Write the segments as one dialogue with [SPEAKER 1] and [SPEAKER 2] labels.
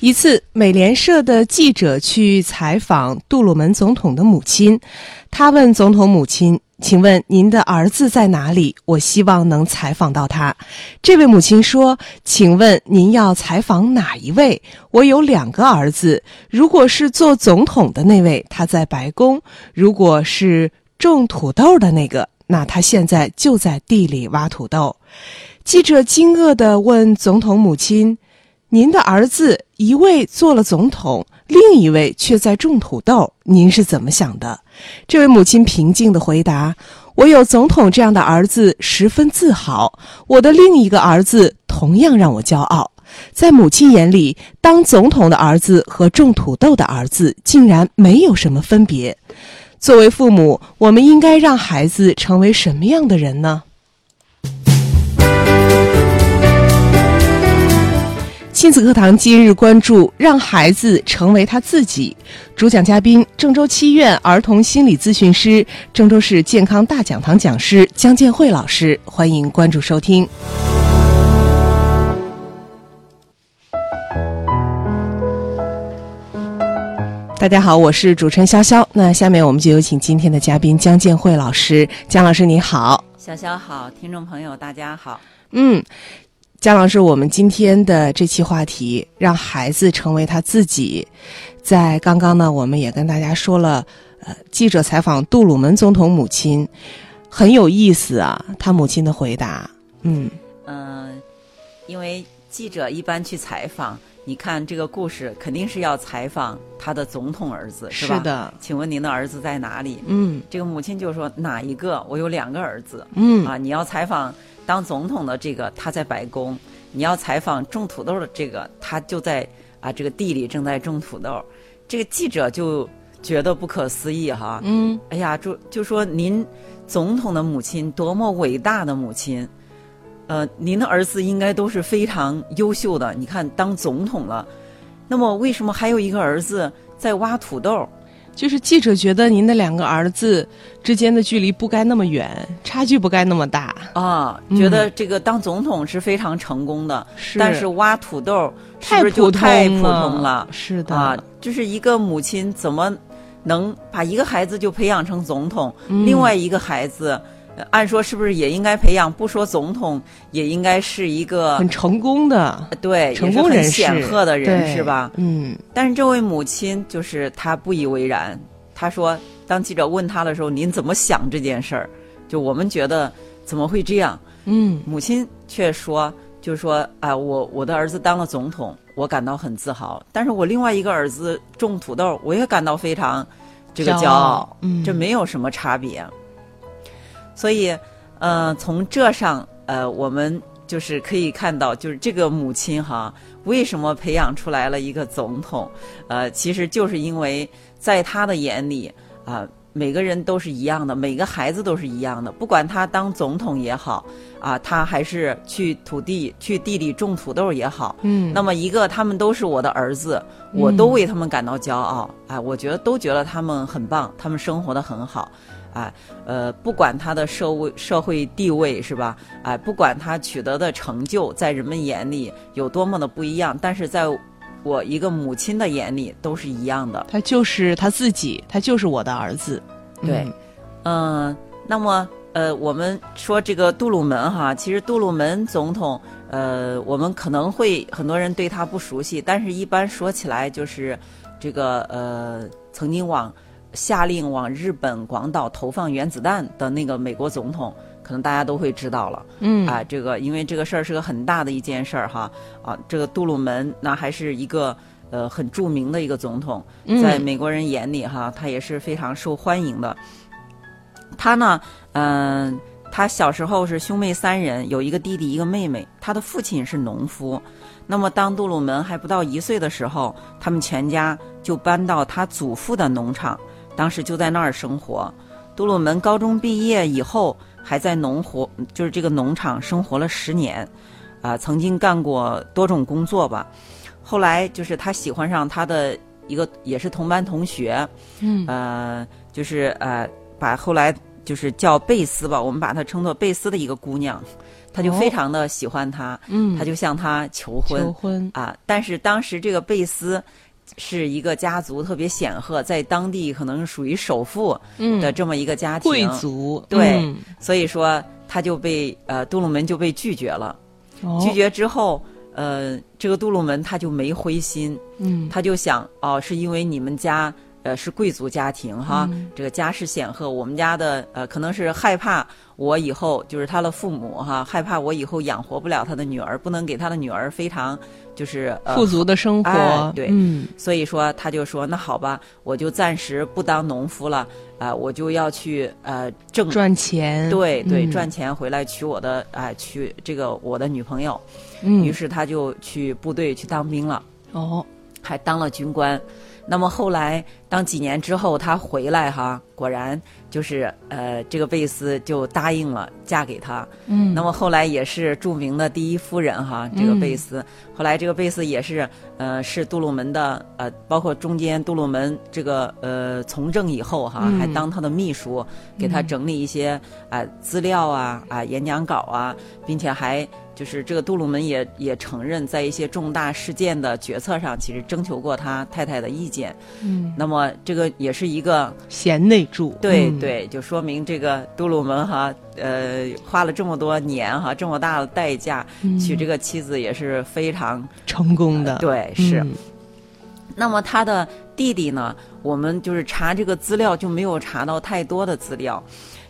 [SPEAKER 1] 一次，美联社的记者去采访杜鲁门总统的母亲，他问总统母亲：“请问您的儿子在哪里？我希望能采访到他。”这位母亲说：“请问您要采访哪一位？我有两个儿子，如果是做总统的那位，他在白宫；如果是种土豆的那个，那他现在就在地里挖土豆。”记者惊愕地问总统母亲。您的儿子一位做了总统，另一位却在种土豆，您是怎么想的？这位母亲平静地回答：“我有总统这样的儿子，十分自豪。我的另一个儿子同样让我骄傲。”在母亲眼里，当总统的儿子和种土豆的儿子竟然没有什么分别。作为父母，我们应该让孩子成为什么样的人呢？亲子课堂今日关注：让孩子成为他自己。主讲嘉宾：郑州七院儿童心理咨询师、郑州市健康大讲堂讲师江建慧老师。欢迎关注收听。大家好，我是主持人潇潇。那下面我们就有请今天的嘉宾江建慧老师。江老师，你好。
[SPEAKER 2] 小小好，听众朋友大家好。
[SPEAKER 1] 嗯，姜老师，我们今天的这期话题“让孩子成为他自己”，在刚刚呢，我们也跟大家说了，呃，记者采访杜鲁门总统母亲，很有意思啊，他母亲的回答，嗯
[SPEAKER 2] 嗯、因为记者一般去采访，你看这个故事肯定是要采访他的总统儿子，吧？
[SPEAKER 1] 是的
[SPEAKER 2] 请问您的儿子在哪里？
[SPEAKER 1] 嗯
[SPEAKER 2] 这个母亲就说哪一个？我有两个儿子
[SPEAKER 1] 嗯
[SPEAKER 2] 啊！你要采访当总统的这个，他在白宫；你要采访种土豆的这个，他就在啊这个地里正在种土豆。这个记者就觉得不可思议哈，
[SPEAKER 1] 嗯，
[SPEAKER 2] 哎呀，就就说您总统的母亲多么伟大的母亲，呃，您的儿子应该都是非常优秀的。你看，当总统了，那么为什么还有一个儿子在挖土豆？
[SPEAKER 1] 就是记者觉得您的两个儿子之间的距离不该那么远，差距不该那么大，
[SPEAKER 2] 啊，
[SPEAKER 1] 嗯
[SPEAKER 2] 觉得这个当总统是非常成功的，
[SPEAKER 1] 是
[SPEAKER 2] 但是挖土豆是
[SPEAKER 1] 太
[SPEAKER 2] 不是就
[SPEAKER 1] 普
[SPEAKER 2] 太
[SPEAKER 1] 通
[SPEAKER 2] 普通了？
[SPEAKER 1] 是的，
[SPEAKER 2] 啊，就是一个母亲怎么能把一个孩子就培养成总统，
[SPEAKER 1] 嗯
[SPEAKER 2] 另外一个孩子，呃按说是不是也应该培养？不说总统，也应该是一个
[SPEAKER 1] 很成功的
[SPEAKER 2] 对
[SPEAKER 1] 成功人
[SPEAKER 2] 也
[SPEAKER 1] 士
[SPEAKER 2] 是很显赫的人
[SPEAKER 1] 对
[SPEAKER 2] 是吧？
[SPEAKER 1] 嗯。
[SPEAKER 2] 但是这位母亲就是她不以为然，她说，当记者问她的时候，您怎么想这件事儿？就我们觉得怎么会这样？
[SPEAKER 1] 嗯
[SPEAKER 2] 母亲却说，就说啊，我我的儿子当了总统，我感到很自豪。但是我另外一个儿子种土豆，我也感到非常这个
[SPEAKER 1] 骄
[SPEAKER 2] 骄
[SPEAKER 1] 傲
[SPEAKER 2] 傲，
[SPEAKER 1] 嗯
[SPEAKER 2] 这没有什么差别。所以，呃，从这上，呃，我们就是可以看到，就是这个母亲哈，为什么培养出来了一个总统？呃，其实就是因为在她的眼里啊、每个人都是一样的，每个孩子都是一样的，不管他当总统也好，啊、他还是去土地去地里种土豆也好，
[SPEAKER 1] 嗯
[SPEAKER 2] 那么一个他们都是我的儿子，我都为他们感到骄傲。哎，我觉得都觉得他们很棒，他们生活的很好。哎，呃，不管他的社会社会地位是吧？哎，不管他取得的成就在人们眼里有多么的不一样，但是在我一个母亲的眼里都是一样的。
[SPEAKER 1] 他就是他自己，他就是我的儿子。
[SPEAKER 2] 对
[SPEAKER 1] 嗯
[SPEAKER 2] 嗯，那么呃，我们说这个杜鲁门哈，其实杜鲁门总统，呃，我们可能会很多人对他不熟悉，但是一般说起来就是这个呃，曾经往下令往日本广岛投放原子弹的那个美国总统，可能大家都会知道了。
[SPEAKER 1] 嗯
[SPEAKER 2] 啊，这个因为这个事儿是个很大的一件事儿哈啊，这个杜鲁门那还是一个呃很著名的一个总统，
[SPEAKER 1] 嗯
[SPEAKER 2] 在美国人眼里哈，他也是非常受欢迎的。他呢，嗯、他小时候是兄妹三人，有一个弟弟，一个妹妹。他的父亲是农夫。那么，当杜鲁门还不到一岁的时候，他们全家就搬到他祖父的农场，当时就在那儿生活。杜鲁门高中毕业以后，还在农活，就是这个农场生活了十年，啊、曾经干过多种工作吧。后来就是他喜欢上他的一个也是同班同学，
[SPEAKER 1] 嗯
[SPEAKER 2] 呃，就是呃，把后来就是叫贝斯吧，我们把她称作贝斯的一个姑娘，她就
[SPEAKER 1] 哦
[SPEAKER 2] 非常的喜欢他，
[SPEAKER 1] 嗯
[SPEAKER 2] 她就向他求婚，
[SPEAKER 1] 求婚，
[SPEAKER 2] 啊，但是当时这个贝斯是一个家族特别显赫，在当地可能属于首富
[SPEAKER 1] 嗯
[SPEAKER 2] 的这么一个家庭，
[SPEAKER 1] 贵族，
[SPEAKER 2] 对
[SPEAKER 1] 嗯
[SPEAKER 2] 所以说他就被呃杜鲁门就被拒绝了。
[SPEAKER 1] 哦
[SPEAKER 2] 拒绝之后，呃，这个杜鲁门他就没灰心，
[SPEAKER 1] 嗯
[SPEAKER 2] 他就想哦、是因为你们家。呃，是贵族家庭哈，
[SPEAKER 1] 嗯
[SPEAKER 2] 这个家世显赫。我们家的呃，可能是害怕我以后就是他的父母哈，害怕我以后养活不了他的女儿，不能给他的女儿非常就是、呃、
[SPEAKER 1] 富足的生活，
[SPEAKER 2] 哎对
[SPEAKER 1] 嗯
[SPEAKER 2] 所以说他就说那好吧，我就暂时不当农夫了，啊、我就要去呃挣
[SPEAKER 1] 赚钱，
[SPEAKER 2] 对对、
[SPEAKER 1] 嗯
[SPEAKER 2] 赚钱回来娶我的啊、娶这个我的女朋友。于
[SPEAKER 1] 嗯
[SPEAKER 2] 是他就去部队去当兵了，
[SPEAKER 1] 哦
[SPEAKER 2] 还当了军官。那么后来当几年之后他回来哈，果然就是呃这个贝斯就答应了嫁给他。
[SPEAKER 1] 嗯
[SPEAKER 2] 那么后来也是著名的第一夫人哈，这个
[SPEAKER 1] 嗯
[SPEAKER 2] 贝斯。后来这个贝斯也是呃，是杜鲁门的呃，包括中间杜鲁门这个呃从政以后哈，
[SPEAKER 1] 嗯
[SPEAKER 2] 还当他的秘书，给他整理一些啊、资料啊啊、演讲稿啊，并且还。就是这个杜鲁门也也承认，在一些重大事件的决策上，其实征求过他太太的意见。
[SPEAKER 1] 嗯
[SPEAKER 2] 那么这个也是一个
[SPEAKER 1] 贤内助，
[SPEAKER 2] 对
[SPEAKER 1] 嗯，
[SPEAKER 2] 对，就说明这个杜鲁门哈，呃，花了这么多年哈，这么大的代价、
[SPEAKER 1] 嗯
[SPEAKER 2] 娶这个妻子也是非常
[SPEAKER 1] 成功的，
[SPEAKER 2] 呃对是。
[SPEAKER 1] 嗯
[SPEAKER 2] 那么他的弟弟呢，我们就是查这个资料就没有查到太多的资料，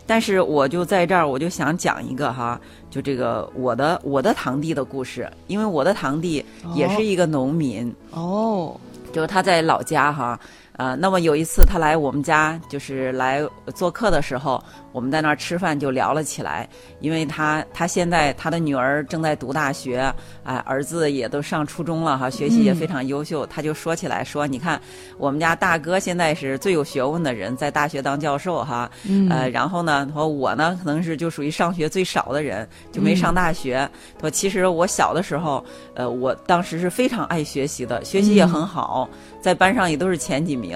[SPEAKER 2] 但是我就在这儿，我就想讲一个哈，就这个我的我的堂弟的故事，因为我的堂弟也
[SPEAKER 1] 哦
[SPEAKER 2] 是一个农民，
[SPEAKER 1] 哦，
[SPEAKER 2] 就是他在老家哈，呃，那么有一次他来我们家，就是来做客的时候，我们在那儿吃饭就聊了起来，因为他他现在他的女儿正在读大学，啊、儿子也都上初中了哈，学习也非常优秀，他就说起来说，你看我们家大哥现在是最有学问的人，在大学当教授哈，
[SPEAKER 1] 嗯
[SPEAKER 2] 呃，然后呢，他说我呢可能是就属于上学最少的人，就没上大学。他说其实我小的时候，呃，我当时是非常爱学习的，学习也很好，在班上也都是前几名。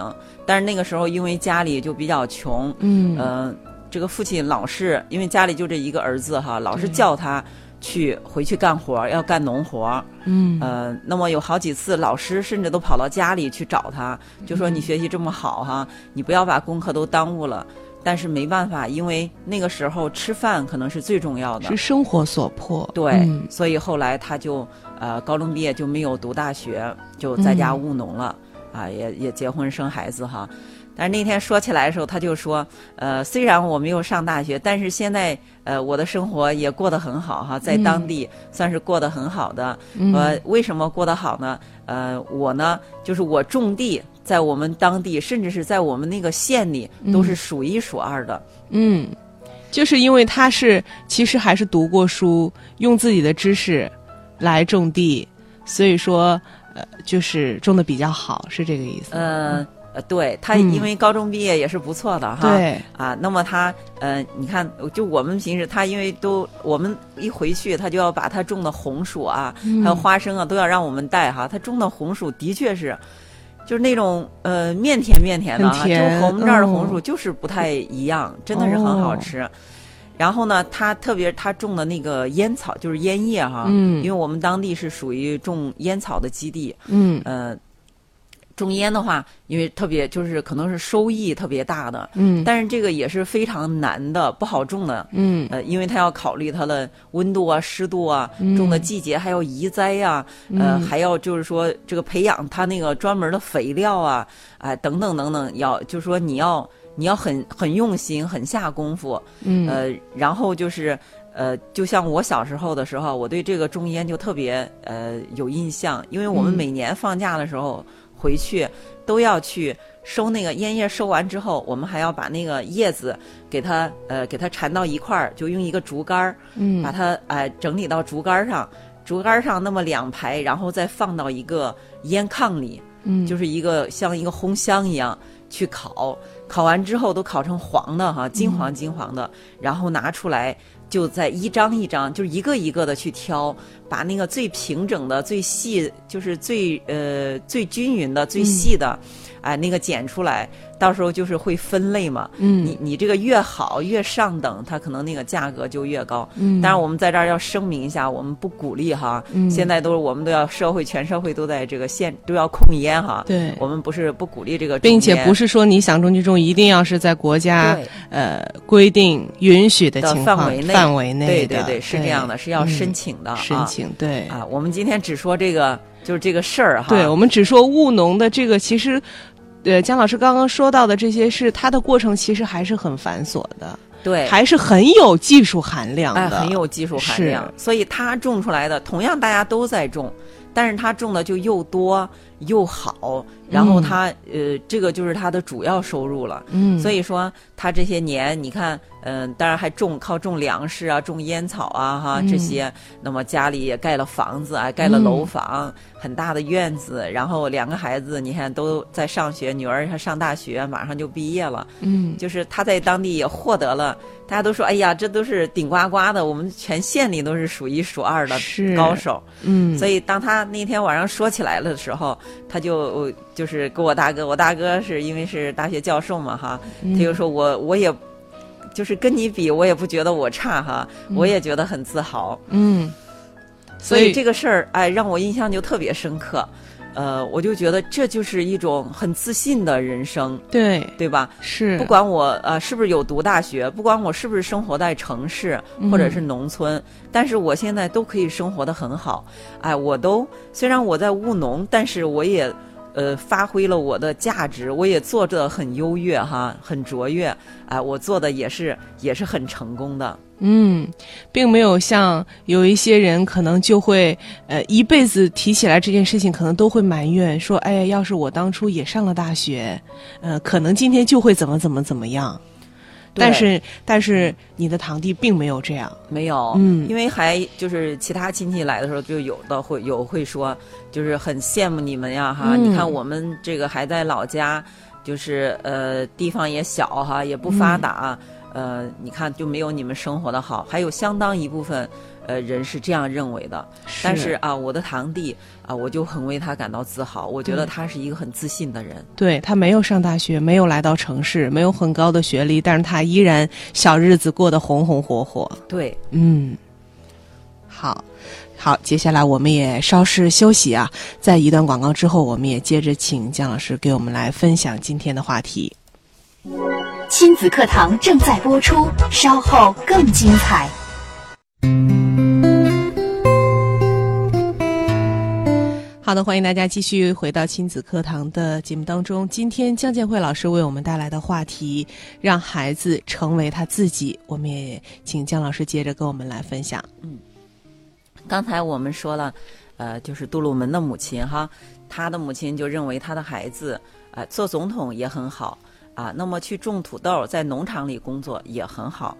[SPEAKER 2] 但是那个时候因为家里就比较穷，
[SPEAKER 1] 嗯
[SPEAKER 2] 呃，这个父亲老是因为家里就这一个儿子哈，老是叫他去回去干活儿，要干农活儿。
[SPEAKER 1] 嗯
[SPEAKER 2] 呃，那么有好几次，老师甚至都跑到家里去找他，就
[SPEAKER 1] 嗯
[SPEAKER 2] 说你学习这么好哈，你不要把功课都耽误了。但是没办法，因为那个时候吃饭可能是最重要的
[SPEAKER 1] 是。生活所迫，
[SPEAKER 2] 对，
[SPEAKER 1] 嗯
[SPEAKER 2] 所以后来他就呃高中毕业就没有读大学，就在
[SPEAKER 1] 嗯
[SPEAKER 2] 家务农了、啊，也也结婚生孩子哈。但是那天说起来的时候，他就说，呃，虽然我没有上大学，但是现在呃我的生活也过得很好哈，在
[SPEAKER 1] 嗯
[SPEAKER 2] 当地算是过得很好的。呃，为什么过得好呢？呃，我呢就是我种地。在我们当地，甚至是在我们那个县里，都是数一数二的。
[SPEAKER 1] 嗯，就是因为他是其实还是读过书，用自己的知识来种地，所以说呃，就是种的比较好，是这个意思吗。
[SPEAKER 2] 呃呃，对他，
[SPEAKER 1] 嗯
[SPEAKER 2] 因为高中毕业也是不错的哈。
[SPEAKER 1] 对，
[SPEAKER 2] 啊，那么他呃，你看，就我们平时他因为都我们一回去，他就要把他种的红薯啊，
[SPEAKER 1] 嗯
[SPEAKER 2] 还有花生啊，都要让我们带哈。他种的红薯的确是，就是那种呃面甜面甜的啊，
[SPEAKER 1] 很甜
[SPEAKER 2] 就我们这儿的红薯
[SPEAKER 1] 哦
[SPEAKER 2] 就是不太一样，真的是很好吃。然后呢，他特别他种的那个烟草就是烟叶哈，
[SPEAKER 1] 嗯
[SPEAKER 2] 因为我们当地是属于种烟草的基地，
[SPEAKER 1] 嗯
[SPEAKER 2] 呃，种烟的话，因为特别就是可能是收益特别大的，
[SPEAKER 1] 嗯
[SPEAKER 2] 但是这个也是非常难的，不好种的。
[SPEAKER 1] 嗯
[SPEAKER 2] 呃，因为它要考虑它的温度啊、湿度啊、种的季节，还要移栽呀、呃，还要就是说这个培养它那个专门的肥料啊，哎、等等等等，要就是说你要你要很很用心、很下功夫，
[SPEAKER 1] 嗯
[SPEAKER 2] 呃，然后就是呃，就像我小时候的时候，我对这个种烟就特别呃有印象，因为我们
[SPEAKER 1] 嗯
[SPEAKER 2] 每年放假的时候、回去都要去收那个烟叶，收完之后，我们还要把那个叶子给它呃给它缠到一块儿，就用一个竹竿儿
[SPEAKER 1] 嗯
[SPEAKER 2] 把它哎、整理到竹竿儿上。竹竿儿上那么两排，然后再放到一个烟炕里，
[SPEAKER 1] 嗯，
[SPEAKER 2] 就是一个像一个烘箱一样去烤，烤完之后都烤成黄的哈，金
[SPEAKER 1] 嗯
[SPEAKER 2] 黄金黄的，然后拿出来就在一张一张，就是一个一个的去挑，把那个最平整的、最细，就是最呃最均匀的、最细的。哎，那个剪出来，到时候就是会分类嘛。
[SPEAKER 1] 嗯
[SPEAKER 2] 你你这个越好越上等，它可能那个价格就越高。
[SPEAKER 1] 嗯
[SPEAKER 2] 当然我们在这儿要声明一下，我们不鼓励哈。
[SPEAKER 1] 嗯
[SPEAKER 2] 现在都是我们都要社会全社会都在这个限都要控烟哈。
[SPEAKER 1] 对
[SPEAKER 2] 我们不是不鼓励这个种
[SPEAKER 1] 并
[SPEAKER 2] 烟，
[SPEAKER 1] 且不是说你想中就中，一定要是在国家
[SPEAKER 2] 对
[SPEAKER 1] 呃规定允许的
[SPEAKER 2] 的
[SPEAKER 1] 情况
[SPEAKER 2] 范围内
[SPEAKER 1] 范围内
[SPEAKER 2] 对
[SPEAKER 1] 的
[SPEAKER 2] 对对，是这样的，是要申、请的
[SPEAKER 1] 嗯
[SPEAKER 2] 啊。
[SPEAKER 1] 申请对。
[SPEAKER 2] 啊。我们今天只说这个就是这个事儿哈。
[SPEAKER 1] 对，我们只说务农的这个，其实，呃，姜老师刚刚说到的这些是它的过程，其实还是很繁琐的，
[SPEAKER 2] 对
[SPEAKER 1] 还是很有技术含量的，
[SPEAKER 2] 哎，很有技术含
[SPEAKER 1] 是
[SPEAKER 2] 量。所以它种出来的，同样大家都在种，但是它种的就又多又好，然后
[SPEAKER 1] 嗯
[SPEAKER 2] 它、呃，这个就是它的主要收入了。
[SPEAKER 1] 嗯，
[SPEAKER 2] 所以说，它这些年你看，嗯、当然还种靠种粮食啊，种烟草啊，哈
[SPEAKER 1] 嗯
[SPEAKER 2] 这些。那么家里也盖了房子啊，盖了
[SPEAKER 1] 嗯
[SPEAKER 2] 楼房，很大的院子。然后两个孩子，你看都在上学，女儿她上大学，马上就毕业了。
[SPEAKER 1] 嗯，
[SPEAKER 2] 就是他在当地也获得了，大家都说，哎呀，这都是顶呱呱的，我们全县里都是数一数二的
[SPEAKER 1] 是
[SPEAKER 2] 高手。
[SPEAKER 1] 嗯，
[SPEAKER 2] 所
[SPEAKER 1] 以
[SPEAKER 2] 以当他那天晚上说起来了的时候，他就就是跟我大哥，我大哥是因为是大学教授嘛哈，
[SPEAKER 1] 嗯
[SPEAKER 2] 他就说我我也。就是跟你比，我也不觉得我差哈，我也觉得很自豪。
[SPEAKER 1] 嗯，
[SPEAKER 2] 所
[SPEAKER 1] 所
[SPEAKER 2] 以
[SPEAKER 1] 以
[SPEAKER 2] 这个事儿，哎，让我印象就特别深刻。呃，我就觉得这就是一种很自信的人生，
[SPEAKER 1] 对
[SPEAKER 2] 对吧？
[SPEAKER 1] 是
[SPEAKER 2] 不管我呃是不是有读大学，不管我是不是生活在城市或者是农村，但是我现在都可以生活的很好。哎，我都虽然我在务农，但是我也呃发挥了我的价值，我也做的很优越哈，很卓越。哎，我做的也是也是很成功的。
[SPEAKER 1] 嗯，并没有像有一些人可能就会呃一辈子提起来这件事情，可能都会埋怨说，哎，要是我当初也上了大学，呃，可能今天就会怎么怎么怎么样。
[SPEAKER 2] 对
[SPEAKER 1] 但是但是你的堂弟并没有这样，
[SPEAKER 2] 没有，
[SPEAKER 1] 嗯
[SPEAKER 2] 因为还就是其他亲戚来的时候，就有的会有会说，就是很羡慕你们呀哈，
[SPEAKER 1] 嗯
[SPEAKER 2] 你看我们这个还在老家，就是呃地方也小哈，也不发达，
[SPEAKER 1] 嗯
[SPEAKER 2] 呃你看就没有你们生活的好，还有相当一部分呃人是这样认为的，但是啊我的堂弟啊我就很为他感到自豪，我觉得
[SPEAKER 1] 对
[SPEAKER 2] 他是一个很自信的人，
[SPEAKER 1] 对他没有上大学，没有来到城市，没有很高的学历，但是他依然小日子过得红红火火。
[SPEAKER 2] 对，
[SPEAKER 1] 嗯，好，好，接下来我们也稍事休息啊，在一段广告之后，我们也接着请姜老师给我们来分享今天的话题。
[SPEAKER 3] 亲子课堂正在播出，稍后更精彩。
[SPEAKER 1] 好的，欢迎大家继续回到亲子课堂的节目当中。今天江建慧老师为我们带来的话题“让孩子成为他自己”，我们也请姜老师接着跟我们来分享。
[SPEAKER 2] 刚才我们说了，呃，就是杜鲁门的母亲哈，她的母亲就认为她的孩子啊、呃做总统也很好啊、那么去种土豆，在农场里工作也很好。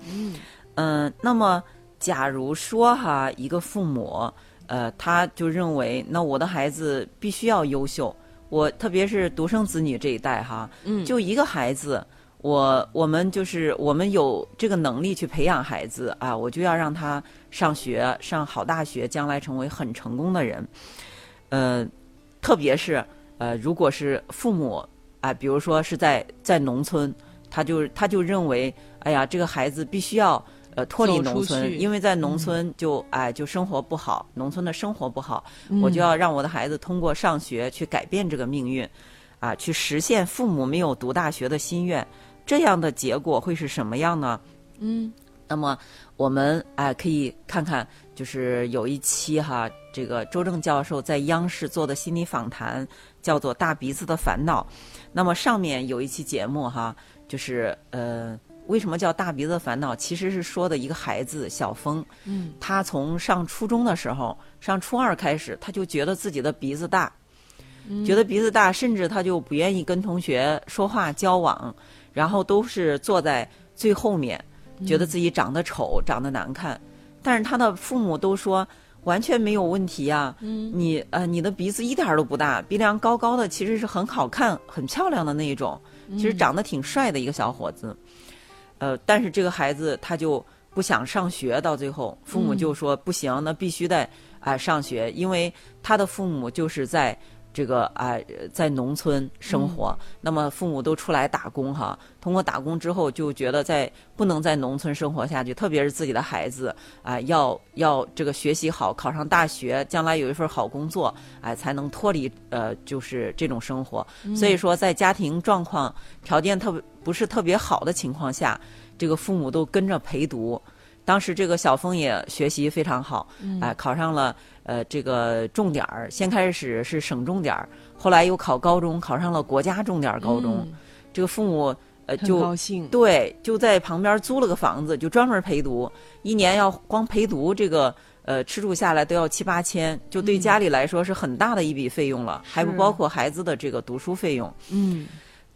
[SPEAKER 2] 嗯、那么假如说哈，一个父母呃，他就认为那我的孩子必须要优秀，我特别是独生子女这一代哈，嗯，就一个孩子。我我们就是我们有这个能力去培养孩子啊，我就要让他上学，上好大学，将来成为很成功的人。呃，特别是呃，如果是父母啊、比如说是在在农村，他就他就认为，哎呀，这个孩子必须要呃脱离
[SPEAKER 1] 走出
[SPEAKER 2] 农
[SPEAKER 1] 去嗯
[SPEAKER 2] 村，因为在农村就哎、就生活不好，农村的生活不好，
[SPEAKER 1] 嗯
[SPEAKER 2] 我就要让我的孩子通过上学去改变这个命运，啊，去实现父母没有读大学的心愿。这样的结果会是什么样呢？
[SPEAKER 1] 嗯
[SPEAKER 2] 那么我们哎、可以看看，就是有一期哈，这个周正教授在央视做的心理访谈，叫做《大鼻子的烦恼》。那么上面有一期节目哈，就是呃，为什么叫大鼻子的烦恼？其实是说的一个孩子小峰，嗯，他从上初中的时候，上初二开始，他就觉得自己的鼻子大，觉得鼻子大，甚至他就不愿意跟同学说话交往，然后都是坐在最后面，觉得自己长得丑、长得难看。但是他的父母都说完全没有问题呀、你呃你的鼻子一点儿都不大，鼻梁高高的，其实是很好看、很漂亮的那一种，其实长得挺帅的一个小伙子。呃，但是这个孩子他就不想上学，到最后父哎母就说、不行，那必须得啊、上学，因为他的父母就是在这个啊、呃在农村生活，那么父母都出来打工哈。通过打工之后，就觉得在不能在农村生活下去，特别是自己的孩子啊、要要这个学习好，考上大学，将来有一份好工作，哎、才能脱离呃就是这种生活。
[SPEAKER 1] 嗯
[SPEAKER 2] 所以说，在家庭状况条件特别不是特别好的情况下，这个父母都跟着陪读。当时这个小峰也学习非常好，
[SPEAKER 1] 嗯
[SPEAKER 2] 哎、考上了呃这个重点儿，先开始是省重点儿，后来又考高中，考上了国家重点儿高中。这个父母呃
[SPEAKER 1] 嗯很
[SPEAKER 2] 就
[SPEAKER 1] 高兴
[SPEAKER 2] 对，就在旁边租了个房子，就专门陪读，一年要光陪读这个呃吃住下来都要七八千，就对家里来说是很大的一笔费用了，还不包括孩子的这个读书费用。
[SPEAKER 1] 嗯，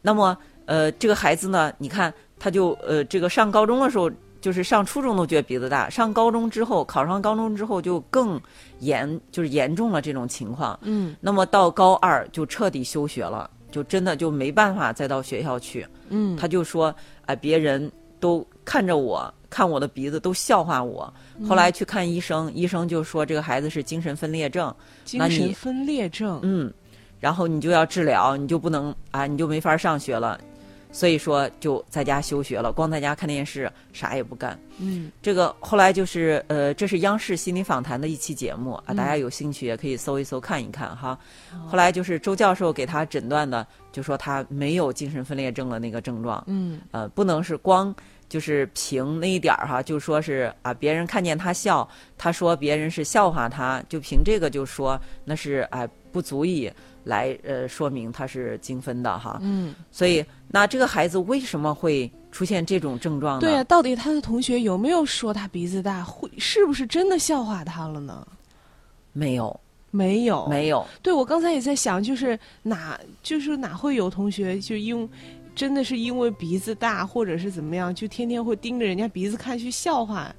[SPEAKER 2] 那么呃，这个孩子呢，你看他就呃，这个上高中的时候，就是上初中都觉得鼻子大，上高中之后，考上高中之后就更严，就是严重了这种情况。
[SPEAKER 1] 嗯，
[SPEAKER 2] 那么到高二就彻底休学了，就真的就没办法再到学校去。
[SPEAKER 1] 嗯，
[SPEAKER 2] 他就说，哎、别人都看着我。看我的鼻子都笑话我，
[SPEAKER 1] 嗯
[SPEAKER 2] 后来去看医生，医生就说这个孩子是精神分裂症，
[SPEAKER 1] 精
[SPEAKER 2] 那你
[SPEAKER 1] 神分裂症，
[SPEAKER 2] 嗯，然后你就要治疗，你就不能啊，你就没法上学了，所以说就在家休学了，光在家看电视，啥也不干。
[SPEAKER 1] 嗯
[SPEAKER 2] 这个后来就是呃，这是央视心理访谈的一期节目啊，大
[SPEAKER 1] 嗯
[SPEAKER 2] 家有兴趣也可以搜一搜看一看哈。
[SPEAKER 1] 哦
[SPEAKER 2] 后来就是周教授给他诊断的，就说他没有精神分裂症的那个症状，
[SPEAKER 1] 嗯
[SPEAKER 2] 呃，不能是光就是凭那一点儿哈，就说是啊，别人看见他笑，他说别人是笑话他，就凭这个就说那是哎、不足以来呃说明他是精分的哈。
[SPEAKER 1] 嗯，
[SPEAKER 2] 所以那这个孩子为什么会出现这种症状呢？
[SPEAKER 1] 对啊，到底他的同学有没有说他鼻子大，会是不是真的笑话他了呢？
[SPEAKER 2] 没有，
[SPEAKER 1] 没有，
[SPEAKER 2] 没有，
[SPEAKER 1] 对，我刚才也在想，就是哪，就是哪会有同学就因，真的是因为鼻子大或者是怎么样，就天天会盯着人家鼻子看去笑话，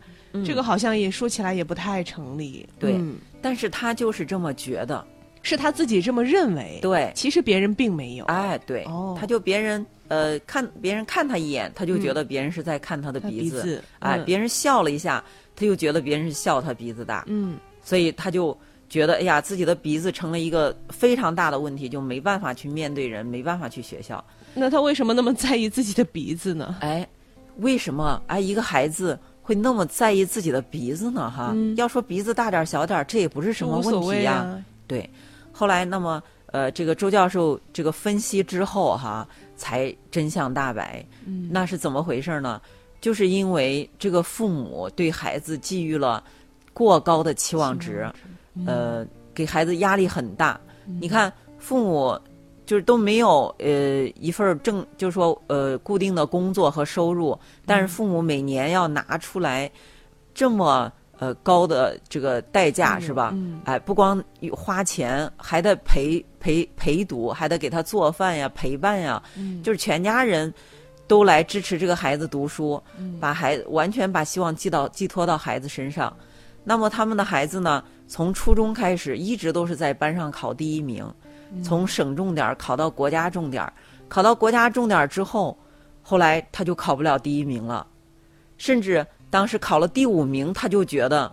[SPEAKER 1] 这个好像也说起来也不太成立。
[SPEAKER 2] 嗯对
[SPEAKER 1] 嗯
[SPEAKER 2] 但是他就是这么觉得，
[SPEAKER 1] 是他自己这么认为，
[SPEAKER 2] 对。
[SPEAKER 1] 其实别人并没有。
[SPEAKER 2] 哎，对，
[SPEAKER 1] 哦嗯
[SPEAKER 2] 他就别人呃看别人看他一眼，他就觉得别人是在看他的
[SPEAKER 1] 他
[SPEAKER 2] 鼻
[SPEAKER 1] 子，
[SPEAKER 2] 子，哎，
[SPEAKER 1] 嗯
[SPEAKER 2] 别人笑了一下，他就觉得别人是笑他鼻子大，
[SPEAKER 1] 嗯
[SPEAKER 2] 所以他就觉得哎呀，自己的鼻子成了一个非常大的问题，就没办法去面对人，没办法去学校。
[SPEAKER 1] 那他为什么那么在意自己的鼻子呢？
[SPEAKER 2] 哎，为什么哎一个孩子会那么在意自己的鼻子呢？哈，要说鼻子大点儿小点儿，这也不是什么
[SPEAKER 1] 嗯无所
[SPEAKER 2] 问
[SPEAKER 1] 谓
[SPEAKER 2] 题呀、
[SPEAKER 1] 啊，
[SPEAKER 2] 对，后来那么呃，这个周教授这个分析之后哈、才真相大白。嗯，那是怎么回事呢？就是因为这个父母对孩子寄予了过高的期望值，嗯呃，给孩子压力很大。你看，父母就是都没有呃一份儿正，就是说呃固定的工作和收入，但是父母每年要拿出来这么呃高的这个代价是吧？哎，不光花钱，还得陪陪陪读，还得给他做饭呀、陪伴呀，就是全家人都来支持这个孩子读书，把孩完全把希望寄到寄托到孩子身上。那么他们的孩子呢，从初中开始一直都是在班上考第一名，从省重点儿考到国家重点儿，考到国家重点儿之后，后来他就考不了第一名了，甚至当时考了第五名，他就觉得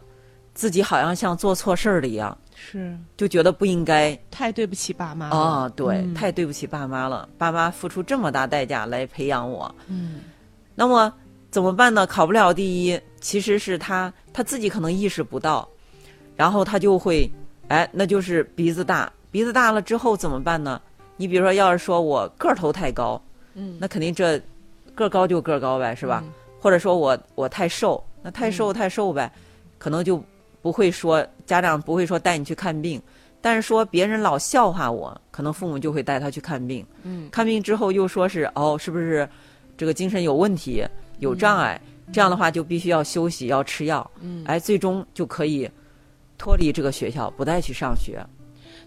[SPEAKER 2] 自己好像像做错事儿了一样，
[SPEAKER 1] 是
[SPEAKER 2] 就觉得不应该
[SPEAKER 1] 太对不起爸妈了。
[SPEAKER 2] 啊、对，
[SPEAKER 1] 嗯
[SPEAKER 2] 太对不起爸妈了，爸妈付出这么大代价来培养我，
[SPEAKER 1] 嗯
[SPEAKER 2] 那么怎么办呢？考不了第一，其实是他他自己可能意识不到，然后他就会，哎，那就是鼻子大，鼻子大了之后怎么办呢？你比如说，要是说我个头太高，
[SPEAKER 1] 嗯
[SPEAKER 2] 那肯定这个高就个高呗，是吧？或者说我我太瘦，那太
[SPEAKER 1] 嗯
[SPEAKER 2] 瘦太瘦呗，可能就不会说家长不会说带你去看病，但是说别人老笑话我，可能父母就会带他去看病。
[SPEAKER 1] 嗯，
[SPEAKER 2] 看病之后又说是哦，是不是这个精神有问题、有障碍？这样的话就必须要休息，要吃药。嗯，哎，最终就可以脱离这个学校，不再去上学。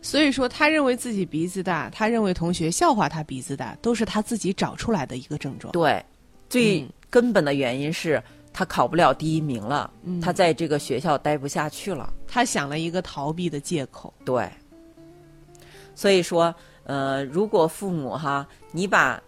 [SPEAKER 1] 所以说，他认为自己鼻子大，他认为同学笑话他鼻子大，都是他自己找出来的一个症状。
[SPEAKER 2] 对，最
[SPEAKER 1] 嗯
[SPEAKER 2] 根本的原因是他考不了第一名了，他在这个学校待不下去了。
[SPEAKER 1] 他想了一个逃避的借口。
[SPEAKER 2] 对，嗯所以说，呃，如果父母哈，你把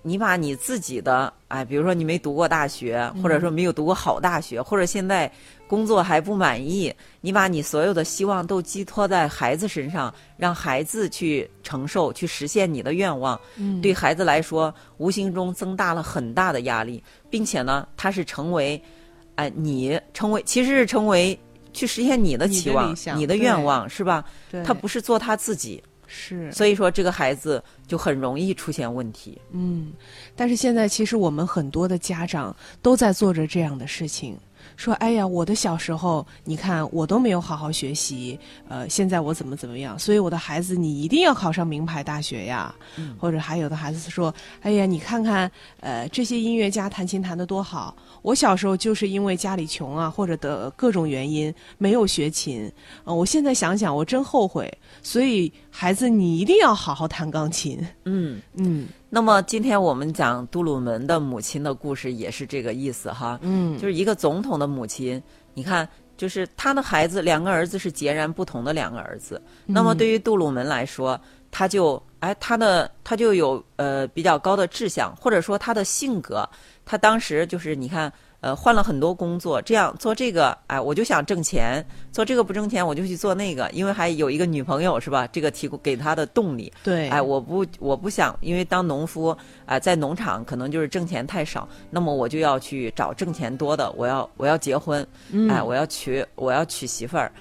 [SPEAKER 2] 你把你自己的，哎，比如说你没读过大学，或者说没有读过好大学，或者现在工作还不满意，你把你所有的希望都寄托在孩子身上，让孩子去承受、去实现你的愿望，
[SPEAKER 1] 嗯
[SPEAKER 2] 对孩子来说，无形中增大了很大的压力，并且呢，他是成为，哎，你成为其实是成为去实现你的
[SPEAKER 1] 你的
[SPEAKER 2] 期
[SPEAKER 1] 理
[SPEAKER 2] 望、
[SPEAKER 1] 想
[SPEAKER 2] 你的
[SPEAKER 1] 对
[SPEAKER 2] 愿望，是吧？
[SPEAKER 1] 对
[SPEAKER 2] 他不是做他自己，
[SPEAKER 1] 是
[SPEAKER 2] 所以说这个孩子就很容易出现问题。
[SPEAKER 1] 嗯，但是现在其实我们很多的家长都在做着这样的事情，说：“哎呀，我的小时候，你看我都没有好好学习，呃，现在我怎么怎么样，所以我的孩子你一定要考上名牌大学呀。
[SPEAKER 2] 嗯
[SPEAKER 1] 或者还有的孩子说：“哎呀，你看看，呃，这些音乐家弹琴弹得多好，我小时候就是因为家里穷啊，或者的各种原因没有学琴，呃，我现在想想我真后悔。所以孩子，你一定要好好弹钢琴。”
[SPEAKER 2] 嗯，
[SPEAKER 1] 嗯
[SPEAKER 2] 那么今天我们讲杜鲁门的母亲的故事，也是这个意思哈。
[SPEAKER 1] 嗯。
[SPEAKER 2] 就是一个总统的母亲，你看，就是他的孩子，两个儿子是截然不同的两个儿子。那么对于杜鲁门来说，他就哎，他的他就有呃比较高的志向，或者说他的性格，他当时就是你看。呃，换了很多工作，这样做这个，哎，我就想挣钱，做这个不挣钱，我就去做那个，因为还有一个女朋友是吧？这个提供给他的动力。
[SPEAKER 1] 对，
[SPEAKER 2] 哎，我不，我不想，因为当农夫啊、在农场可能就是挣钱太少，那么我就要去找挣钱多的，我要我要结婚，哎，我要娶我要娶媳妇儿。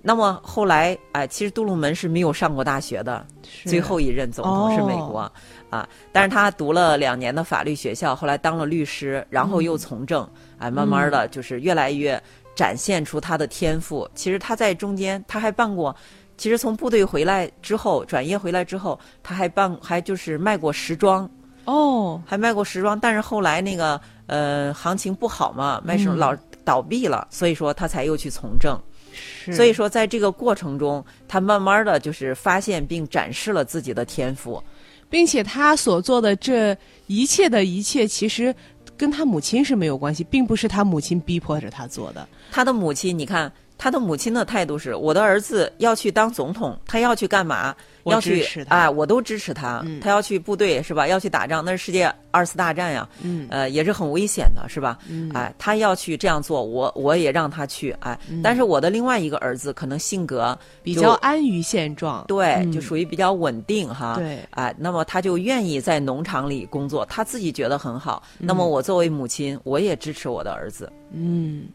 [SPEAKER 2] 那么后来，哎，其实杜鲁门是没有上过大学的，
[SPEAKER 1] 是哦
[SPEAKER 2] 最后一任总统是美国、啊，但是他读了两年的法律学校，后来当了律师，然后又从政，
[SPEAKER 1] 嗯
[SPEAKER 2] 哎，慢慢的就是越来越展现出他的天赋。其实他在中间他还办过，其实从部队回来之后，转业回来之后，他还办还就是卖过时装，
[SPEAKER 1] 哦，
[SPEAKER 2] 还卖过时装，但是后来那个呃行情不好嘛，卖
[SPEAKER 1] 嗯
[SPEAKER 2] 什么老倒闭了，所以说他才又去从政。
[SPEAKER 1] 是
[SPEAKER 2] 所以说，在这个过程中，他慢慢的就是发现并展示了自己的天赋。
[SPEAKER 1] 并且他所做的这一切的一切，其实跟他母亲是没有关系，并不是他母亲逼迫着他做的。
[SPEAKER 2] 他的母亲，你看他的母亲的态度是：我的儿子要去当总统，他要去干嘛？
[SPEAKER 1] 我
[SPEAKER 2] 要去
[SPEAKER 1] 支持他嗯
[SPEAKER 2] 哎，我都支持他。他要去部队是吧？要去打仗，那是世界二次大战呀，
[SPEAKER 1] 嗯
[SPEAKER 2] 呃，也是很危险的，是吧？哎，他要去这样做，我我也让他去。哎，但是我的另外一个儿子可能性
[SPEAKER 1] 嗯
[SPEAKER 2] 格
[SPEAKER 1] 比
[SPEAKER 2] 就
[SPEAKER 1] 较安于现状。
[SPEAKER 2] 对，
[SPEAKER 1] 嗯
[SPEAKER 2] 就属于比较稳定哈。
[SPEAKER 1] 对
[SPEAKER 2] 啊，那么他就愿意在农场里工作，他自己觉得很好。那么我作为母亲，我也支持我的儿子。
[SPEAKER 1] 嗯，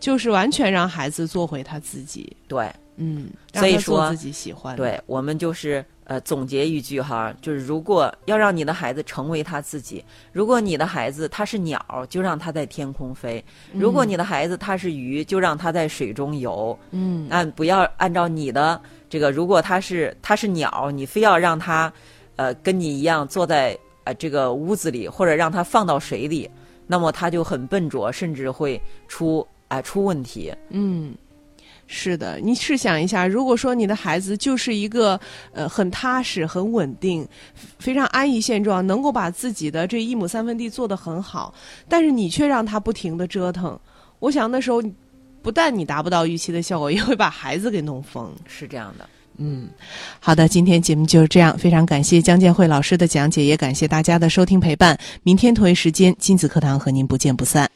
[SPEAKER 1] 就是完全让孩子做回他自己。
[SPEAKER 2] 对，
[SPEAKER 1] 嗯，
[SPEAKER 2] 所以
[SPEAKER 1] 让他做
[SPEAKER 2] 说
[SPEAKER 1] 自己喜欢的。
[SPEAKER 2] 对，我们就是呃总结一句哈，就是如果要让你的孩子成为他自己，如果你的孩子他是鸟，就让他在天空飞；如果你的孩子他是鱼，就让他在水中游。
[SPEAKER 1] 嗯，
[SPEAKER 2] 按不要按照你的这个，如果他是他是鸟，你非要让他呃跟你一样坐在呃这个屋子里，或者让他放到水里，那么他就很笨拙，甚至会出啊、出问题。
[SPEAKER 1] 嗯。是的，你试想一下，如果说你的孩子就是一个呃很踏实、很稳定、非常安于现状，能够把自己的这一亩三分地做得很好，但是你却让他不停的折腾，我想那时候不但你达不到预期的效果，也会把孩子给弄疯。
[SPEAKER 2] 是这样的。
[SPEAKER 1] 嗯，好的，今天节目就是这样，非常感谢江建慧老师的讲解，也感谢大家的收听陪伴。明天同一时间，亲子课堂和您不见不散。